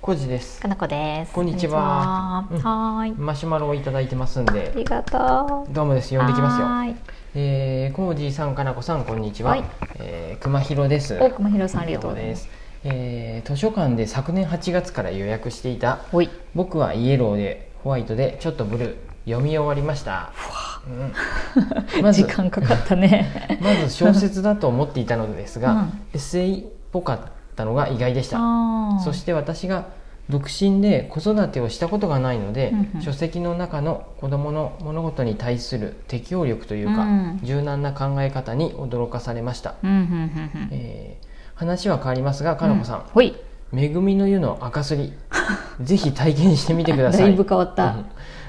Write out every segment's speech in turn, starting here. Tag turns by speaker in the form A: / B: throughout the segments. A: コジです
B: かなこです。
A: こんにちは
B: こんにちははーい。
A: マシュマロをいただいてますん
B: あ
A: で
B: りがとう。
A: どうもです呼んできますよ
B: は
A: えー、コージーさんかなこさんこんにちは、
B: はい
A: えー、熊弘です
B: ーい。大熊弘さんありがとうござい
A: で
B: ます。
A: すえー、図書館で昨年8月から予約していた
B: おい。
A: 僕はイエローでホワイトでちょっとブルー読み終わりま した、うん、まず
B: 時間かかったね。
A: まず小説だと思っていたのですが、
B: うん
A: エッセイっぽかったのが意外でした
B: あー
A: そして私が独身で子育てをしたことがないので、
B: うんうん
A: 書籍の中の子どもの物事に対する適応力というか、
B: うん
A: 柔軟な考え方に驚かされました、
B: うんうんうんうん。
A: えー話は変わりますがかなこさん
B: う、ほい。
A: 恵みの湯の赤す りぜひ体験してみてください
B: だいぶ変わった
A: うん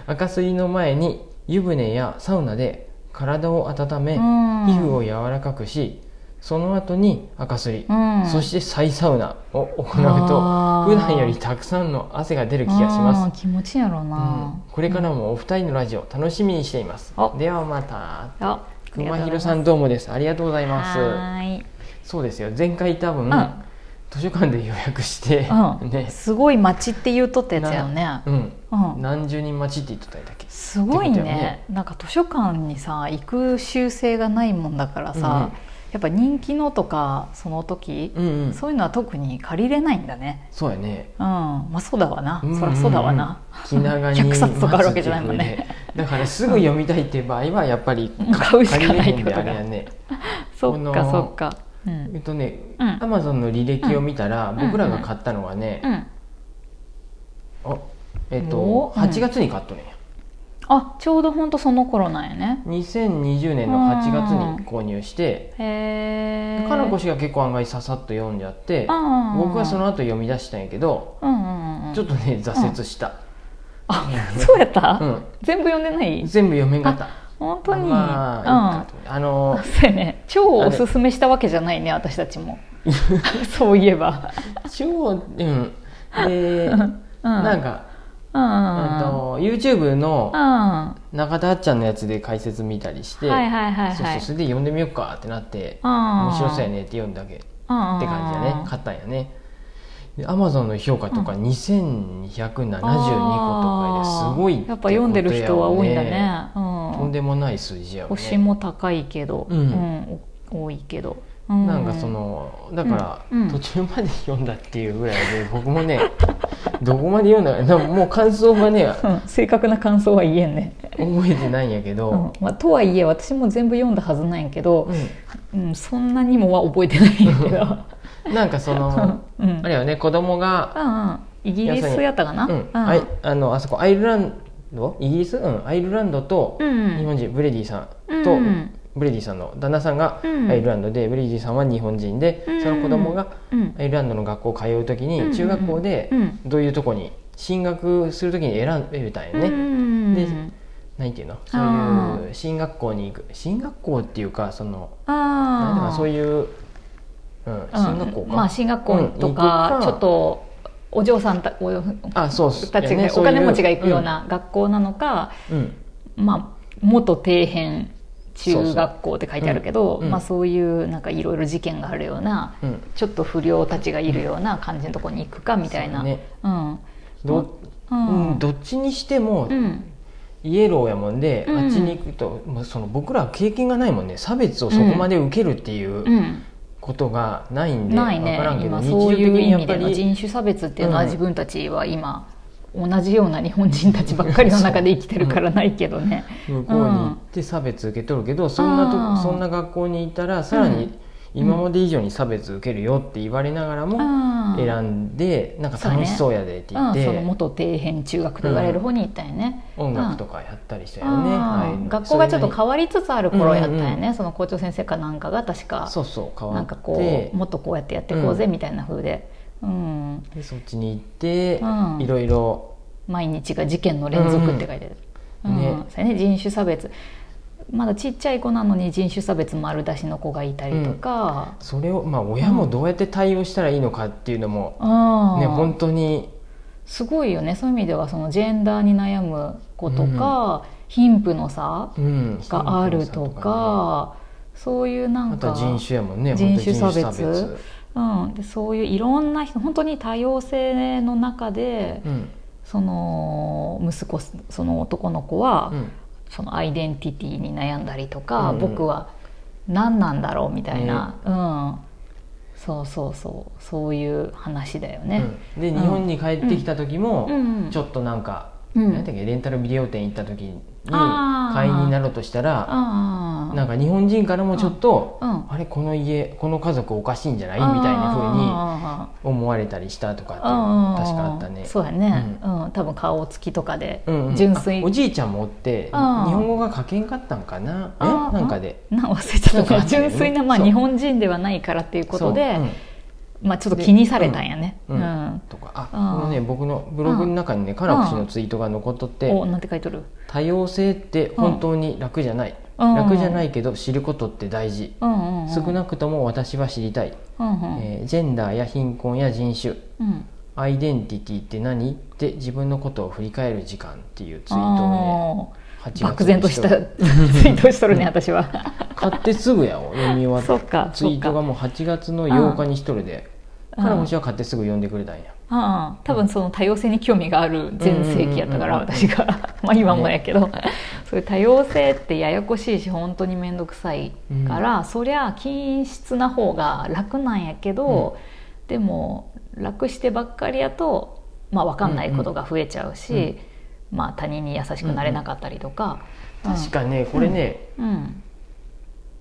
A: 赤すりの前に湯船やサウナで体を温め、
B: うん
A: 皮膚を柔らかくしその後に赤すり、
B: うん。
A: そして再サウナを行うと
B: あー
A: 普段よりたくさんの汗が出る気がし
B: あー
A: ます、
B: 気持ちいいやろう
A: うん
B: な。、
A: これからもお二人のラジオ楽しみにしています
B: お
A: ではまた
B: あ、
A: 熊ひろさん
B: どう
A: どうもですありがとうござい
B: ござい
A: ます
B: はーい。
A: そうですよ前回多分、
B: うん
A: 図書館で予約して、
B: う ん。
A: ね
B: すごい街って言うとったやつやよね。
A: うん
B: うん。
A: 何十人待ちって言ってたんだっけ
B: すごい
A: って
B: ね
A: ことやね
B: なんか図書館にさ行く習性がないもんだからさ、
A: うん
B: やっぱ人気のとかその時、
A: うんうん
B: そういうのは特に借りれないんだね
A: そうやね
B: うんまあそうだわな、
A: んんん
B: そりゃそうだわな
A: 気長に
B: 100冊とかあるわけじゃないもん
A: 待つっていう
B: ね
A: ことでだからすぐ読みたいっていう場合はやっぱり
B: うん買うしかないっ
A: 借りれへ
B: てことか
A: んであれやね
B: そっ
A: こ
B: か
A: の
B: そっかう
A: え
B: ん、
A: っとね、
B: うん
A: アマゾンの履歴を見たら、
B: ん
A: 僕らが買ったのはね、
B: うん、
A: あえっと
B: お、うん
A: 8月に買ったね、
B: あちょうどほんとその頃なんやね
A: 2020年の8月に購入して、
B: へえ
A: かのこ氏が結構案外ささっと読んじゃって、
B: うん
A: 僕はその後読み出したんやけど、
B: うんうんうん
A: ちょっとね挫折した、
B: あそうやった、
A: うん
B: 全部読んでない
A: 全部読めんかった
B: 本当に、
A: まあ、いいかと思ってあの
B: あそうやね超おすすめしたわけじゃないね私たちもそういえ ば、
A: 超うんで、
B: うん、
A: なんか、
B: うん
A: えっ
B: うん
A: と YouTube の
B: うん
A: 中田あっちゃんのやつで解説見たりして、
B: はいはいはいはい
A: そうそうそれで読んでみようかってなって、面
B: 面
A: 白そうやねって読んだけって
B: っ
A: 感じだね買ったんやねアマゾンの評価とか2272個とかですごいてこと
B: やっぱ読んでる人は多いんだね
A: と
B: うん
A: んでもない数字やもん
B: 星
A: ね
B: も高いけど、
A: うん
B: うんお多いけど、う
A: なんかそのだから
B: うんうん
A: 途中まで読んだっていうぐらいで僕もね どこまで読んだかなんかもう感想がね
B: うん正確な感想は言えんね、
A: 覚えてないんやけ
B: うん
A: ど、
B: まあ、とはいえ私も全部読んだはずなんやけど
A: う、
B: うん、そんなにもは覚えてないんやけ ど、
A: んなんかその
B: うん
A: あれよね子供が、
B: うんうん、イギリスやったかな、
A: うんあいあのあそこアイルランドイギリス、うん、アイルランドと
B: うんうん
A: 日本人、ブレディさんと、
B: うん
A: ブレディさんの旦那さんが
B: うん
A: アイルランドで、ブレディさんは日本人で、
B: うん
A: その子供が
B: うん
A: アイルランドの学校通う時
B: うん
A: に中学校で
B: うん
A: どういうとこに進学する時に選べたんよね。
B: ね
A: でなんていうの
B: あ
A: そういう進学校に行く進学校っていうかそのなんていうか
B: ああ
A: そういう、うん、進学校か、
B: うんまあ進学校
A: う
B: とか
A: ん行くか
B: ちょっとお嬢さんたお
A: あそうっす
B: たち
A: いやね
B: が
A: そ
B: お
A: ういう
B: 金持ちが行くような学校なのか、
A: うんうん
B: まあ元底辺
A: そうそ
B: 中
A: う
B: 学校って書いてあるけど
A: うんうん
B: まあ、そういうなんかいろいろ事件があるような、
A: うん
B: ちょっと不良たちがいるような感じのとこに行くかみたいな
A: そうね
B: うん
A: ど
B: う
A: うん
B: ん
A: どっちにしても
B: うん
A: イエローやもんで、
B: うん
A: あっちに行くと、まあ、その僕らは経験がないもんね差別をそこまで受けるっていう
B: う
A: うんことがないんで、
B: ない
A: 分
B: ね
A: からんけど
B: 今
A: 日
B: そ
A: 常
B: う
A: 的
B: いう
A: に
B: 意
A: やっ
B: 味
A: ぱ
B: での
A: り
B: 人種差別っていうのは
A: うん
B: 自分たちは今同じような日本人たちばっかりの中で生きてるからないけどね。
A: 向こうに行って差別受け取るけど、そん
B: あ
A: な
B: ー
A: とそんな学校にいたらさら
B: う
A: に今まで以上に差別受けるよって言われながらも、
B: 選
A: 選んでなんか楽しそうやでって言っ
B: うん、
A: て、
B: その元底辺中学と言われる方に行ったよね、
A: 音楽と
B: か
A: かやったりしたよね、はい
B: 学校がちょっと変わりつつある頃やったよね、
A: うん
B: その校長先生かなんかが確か
A: そうそう変わって
B: なんかこうもっとこうやってやっていこうぜみたいな風で、うん
A: でそっちに行って、
B: うん
A: いろいろ
B: 毎日が事件の連続って書いてあ
A: うん
B: る、
A: ね
B: うんそれね人種差別まだちっちゃい子なのに人種差別丸出しの子がいたりとか、
A: それをまあ親もどうやって対応したらいいのかっていうのも、
B: うん
A: ね本当に
B: すごいよねそういう意味ではそのジェンダーに悩む子とか、貧富の差
A: うん
B: があると
A: 貧富の差
B: かそういうな
A: ねあ
B: ん
A: と
B: か
A: は人種やもんね
B: 人種差
A: 本当
B: 別
A: に人種差別
B: うん、でそういういろんな人本当に多様性の中で、
A: うん
B: その息子その男の子は、
A: うん
B: そのアイデンティティに悩んだりとか、
A: うんうん
B: 僕は何なんだろうみたいな、うん、そうそうそうそういう話だよね。
A: うんで日本に帰ってきた時も、
B: うん
A: ちょっとなんか、
B: うん
A: 何だっけレンタルビデオ店行った時に
B: あー
A: 会員になろうとしたら
B: あ
A: なんか日本人からもちょっと、
B: うんうん
A: あれこの家この家族おかしいんじゃないみ
B: あ
A: たいな風に
B: あ
A: 思われたりしたとかっていう
B: あ
A: 確かあったね。
B: そうやね、うん多分顔つきとかで
A: うんうん
B: 純粋、
A: あおじいちゃんもおって日
B: あー
A: 本語が書けんかったんかなえ
B: あー
A: なんかで
B: な忘れちゃ
A: な
B: っ
A: んかあ
B: た
A: ったよね
B: 純粋な、まあ、
A: そう
B: 日本人ではないからっていうことで、
A: そう
B: まあ、ちょっと気にされたんやね。
A: う
B: うんん
A: うんとかあ
B: あー
A: このね僕のブログの中にねカラフ氏のツイートが残っとって
B: おなんて書いとる、
A: 多様性って本当に楽じゃない、
B: うん
A: 楽じゃないけど知ることって大事、
B: うんうんうん、
A: 少なくとも私は知りたい、
B: うんうん
A: えージェンダーや貧困や人種
B: うん
A: アイデンティティって何って自分のことを振り返る時間っていうツイートをね8
B: あー
A: 月に
B: 漠然 としたツイ
A: る
B: ートしとるね私は
A: 買ってすぐやを読み終
B: そ
A: わ
B: う
A: っ
B: か
A: たツイートがもう8月の8日に一人で
B: うん
A: からもしは買ってすぐ読んでくれたんや
B: ああ多分その多様性に興味がある全盛期やったから
A: うんうんうん
B: 私がまあ今もやけど、そういう多様性ってややこしいし本当に面倒くさいから、そりゃあ均質な方が楽なんやけど、でも楽してばっかりやと、まあ、分かんないことが増えちゃうし、
A: うんうん
B: まあ、他人に優しくなれなかったりとか、
A: 確かねこれね、
B: に、うん、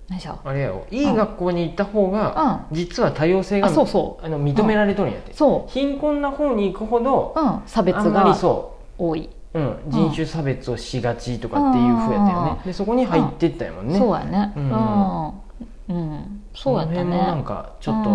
B: 何でしょ
A: あれやろいい学校に行った方が実は多様性が
B: あそうそう
A: あの認められとるんやって、
B: そ
A: 貧困な方に行くほど
B: う、うん、差別
A: あんまり
B: が
A: そ
B: 多い。
A: う、うん、人種差別をしがちとかっていうふうやったよね
B: う
A: でそこに入ってったやもんね
B: そうやね。
A: う
B: うんん、うん、そうやったね。
A: この辺もなんかちょっと、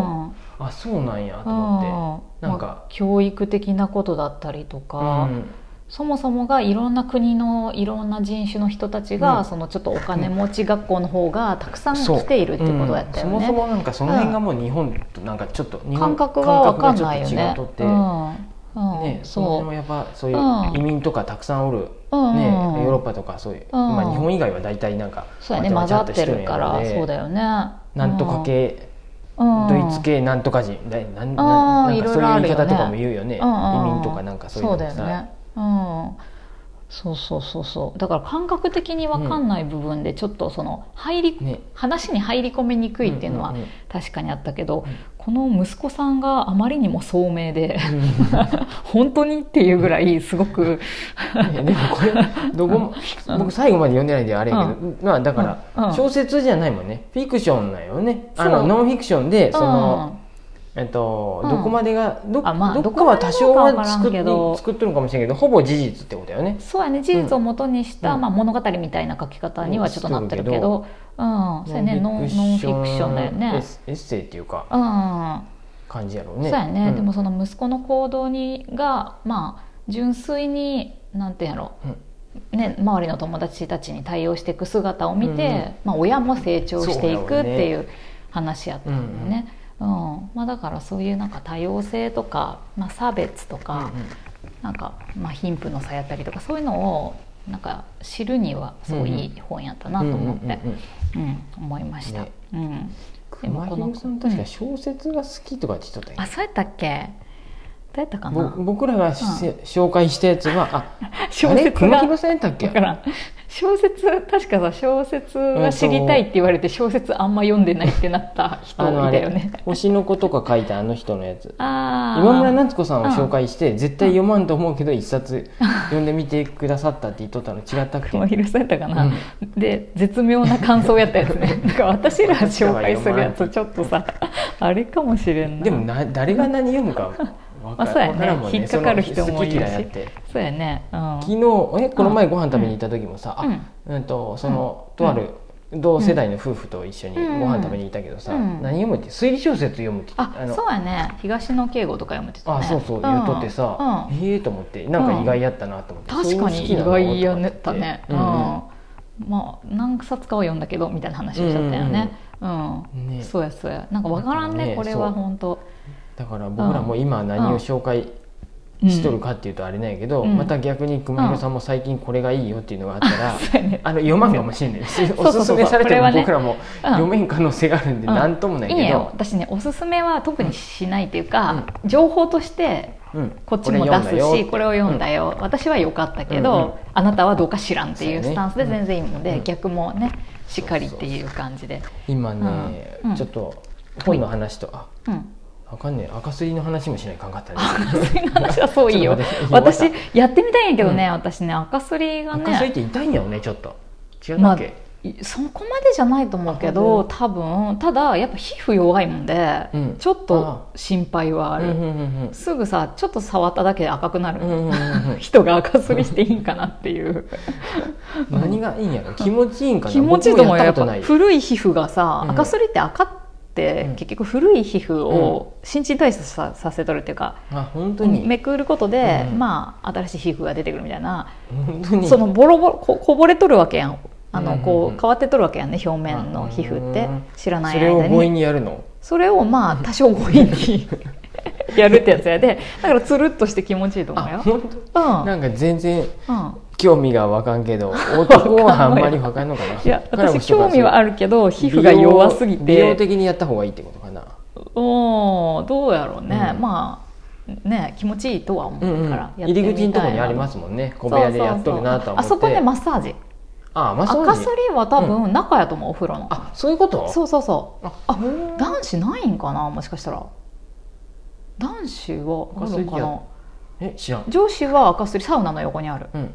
A: あそうなんやと
B: うん
A: 思
B: うん
A: なんか
B: まあ教育的なことだったりとか、
A: って、うん
B: そもそもがいろんな国のいろんな人種の人たちが、
A: うん
B: そのちょっとお金持ち学校の方がたくさん
A: そう
B: 来ているってことやったよね。
A: うんそもそもなんかその辺がもう日本となんかちょっと日
B: 感
A: 本
B: 覚がわかんないよ
A: 感覚が
B: ね
A: ちょっ。と
B: う
A: 違うとっ
B: ん、うん
A: て、ねその
B: そ
A: 辺も
B: う。
A: やっぱそう
B: うん
A: いう移民とかたくさんおる、
B: うんうん
A: ねヨーロッパとかそういう、
B: うん
A: まあ、日本以外は大体なんか
B: そうやね
A: わ
B: 混
A: ちゃ
B: ざ
A: わ
B: っ
A: ちゃ
B: て
A: しと
B: る
A: んや
B: か
A: ろ
B: ら、
A: ね
B: そうだよね。
A: なんとか系、
B: うん、
A: ドイツ
B: 系
A: 系なんとか人だなん
B: あ
A: な
B: ー
A: ん
B: い
A: か
B: ろ
A: そ
B: いうろ
A: い
B: あ
A: う言
B: る
A: い
B: よね
A: 方とかも言うよね移
B: うんうん
A: 民とかなんかそういう
B: そ
A: の
B: うだよ
A: さ
B: ねうんそうそうそうそうだから感覚的に分かんない部分でちょっとその入り、
A: ね
B: 話に入り込みにくいっていうのは
A: うんうんうん
B: 確かにあったけど、この息子さんがあまりにも聡明で 本当にっていうぐらいすごく
A: ねでもこれど こも僕最後まで読んでないんであれやけどまあだか
B: うんう
A: ら
B: ん
A: 小説じゃないもんねフィクションなんよね
B: そう
A: あのノンフィクションでその
B: うん
A: えっと
B: うん
A: どこまでがど
B: あまあ
A: どっかは多少
B: どこまでか
A: は
B: わから
A: 作
B: ん
A: っ
B: けど
A: 作っとるかもしれんけどほぼ事実ってことよね
B: そうやね事実をもとにした、
A: うん
B: まあ、物語みたいな書き方にはちょっとなってるけど、うんそうやねノンノンフィクションだよ
A: エ
B: ね
A: ッ。セエッセイっていうか
B: うん
A: 感じやろうね
B: そうやね、
A: ん
B: でもその息子の行動にがまあ純粋になんていうんやろ、ね、周りの友達たちに対応していく姿を見て、
A: うんうん
B: まあ、親も成長してい
A: そうや
B: く
A: ろ
B: っ
A: うね
B: ていう話やったんだよね。うんまあ、だからそういうなんか多様性とか、まあ、差別と
A: うんうん
B: か、なんかまあ貧富の差やったりとかそういうのをなんか知るにはすごいいい本やったなと思って、
A: うんうんうんうん
B: うん思いました。
A: ね
B: うん、でも
A: 熊
B: この
A: 木さん確か小説が好きとかって言っとったんや
B: あそうやったっけどうやったか
A: ぼ
B: な
A: 僕らがし紹介したやつはあ
B: 小
A: あれ
B: 説
A: 熊
B: が
A: 広さんやったっけ
B: だから小説確かさ小説が知りたいって言われて小説あんま読んでないってなった人
A: あ
B: い
A: のあ
B: たよ
A: れ
B: ね
A: 「星の子」とか書いたあの人のやつ
B: あー
A: 今村夏子さんを紹介して絶対読まんと思うけど一冊読んでみてくださったって言っとったの違ったっけ
B: 熊広さんやったかな、で絶妙な感想やったやつ ねだから私ら紹介するやつちょっとさあれかもしれん な
A: でもな誰が何読むか 分か
B: あそうや
A: わからんもん
B: ね
A: ね
B: 引っかかる人
A: その
B: も
A: 好
B: い
A: き嫌
B: る
A: い
B: し
A: だって
B: そうやねうん
A: 昨日えこの前ご飯食べに行った時もさ、
B: うん
A: あうんとその、とある同世代の夫婦と一緒にご
B: うん
A: 飯食べに行ったけどさ、
B: うん
A: 何読むって推理小説読むって
B: あ
A: の
B: そうやね東野敬吾とか読めてた
A: あ
B: ね
A: そうそう言うとってさ、
B: うん
A: ええと思ってなんか意外やったなと思って、
B: 確かに
A: そうい
B: 意
A: うの好き
B: 外
A: な
B: や
A: の
B: ねったね、うんまあ何冊かは読んだけどみたいな話をしちゃったよね,、うん
A: ね
B: そうやそうやなんかわからんね
A: なんかね
B: これ
A: そ
B: は
A: う
B: 本当
A: だから僕らも今何を紹介
B: うん
A: しとるかっていうとあれなんやけど、
B: うん
A: また逆に熊広さんも最近これがいいよっていうのがあったら、
B: そうやね
A: あの読まんかもしれないし
B: そう
A: お
B: そうそう
A: すすめされて
B: これ
A: も
B: はね
A: 僕らも読めん可能性があるんで
B: うん
A: 何ともない
B: いい
A: け
B: よ
A: ど、
B: 私ねおすすめは特にしないっていうか、情報として
A: うん
B: こっちも出すしこれを読ん
A: よ
B: だよ、私は良かった
A: う
B: け
A: んうん
B: ど、あなたはどうか知らんっていう
A: そうやね
B: スタンスで全然いいので、
A: うん
B: 逆もねしっかりっていう感じで
A: って今ね、
B: うん
A: ちょっと本の話と、あ
B: うん
A: あかんねえ赤すりの話もしないかんかったね
B: 赤すりの話はそういいよ
A: ちょっと待って
B: 私
A: 終わ
B: やってみたいんやけどね、私ね赤すりが
A: 赤すりって
B: ね
A: 痛いんやろねちょっと違うんだっけ、
B: いそこまでじゃないと思うけど多分ただやっぱ皮膚弱いもんで、
A: うん
B: ちょっと心配はあ
A: う
B: る、
A: んうんうん
B: すぐさちょっと触っただけで赤くなる、
A: うんうんうんうん
B: 人が赤すりしていいんかなっていう
A: うん何がいいんやろ気持ちいいんかな
B: 気持ちいいと思
A: 僕も
B: うよ
A: や
B: や
A: っ
B: った
A: こと
B: ぱ
A: ない
B: 古い皮膚がさ、
A: うん
B: 赤すりって赤って、
A: うん
B: 結局古い皮膚を新陳代謝ささせとるっていうか、
A: あ本当に
B: めくることで、
A: うん
B: まあ、新しい皮膚が出てくるみたいな、
A: 本当に
B: そのボロボロここぼれとるわけやんあの、
A: うんうんうん
B: こう変わってとるわけやんね表面の皮膚って
A: うん
B: 知らない
A: それを
B: 間
A: 強
B: に
A: 引にやるの
B: それをまあ多少強引にやるってやつやでだからつるっとして気持ちいいと思う
A: あ
B: よ。
A: 本当なんか全然
B: うんうん
A: 興味がわかんけ ど男はあんまりわかんのかない
B: や
A: これは面
B: 私
A: 白い
B: 興味はあるけど皮膚が弱すぎて
A: 美容美容的にやった方がいいってことかな
B: おーどうやろうね、
A: うん
B: まあね気持ちいいとは思
A: うんう
B: うんから、やっ
A: 入
B: てみたいな
A: り口のところにありますもんね小部屋でやっとるなとは思って
B: そうそうそうあそこねマッサージ
A: あマッサージ
B: 赤すりは多分中やと思う、お風呂の
A: あそういうこと
B: そうそうそう
A: あ
B: あ男子ないんかなもしかしたら男子はある
A: 赤す
B: か
A: り
B: な
A: やえ知らん
B: 上司は赤すりサウナの横にある、
A: うん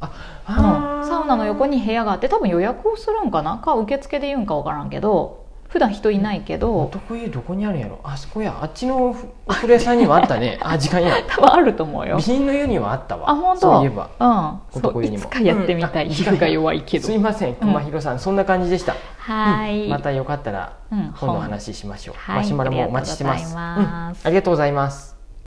A: あ
B: うん、
A: あー
B: サウナの横に部屋があって多分予約をするんかなか受付で言うんか分からんけど普段人いないけど
A: 男湯どこにあるんやろあそこやあっちのお風呂屋さんにはあった ねあ時間や
B: 多分あると思うよ
A: 美人の湯にはあったわ
B: あ本当
A: そういえば
B: うん、そ
A: 男
B: う
A: 湯
B: い
A: にも
B: つかやってみたい、
A: うんあ
B: 皮膚が弱いけど
A: すいません熊弘さん、そんな感じでした
B: はーい、
A: またよかったら
B: うん
A: 本の話しましょう、
B: はい
A: マシュマロもお待ちしてます,、
B: ありがとうございます
A: うんありがとうございます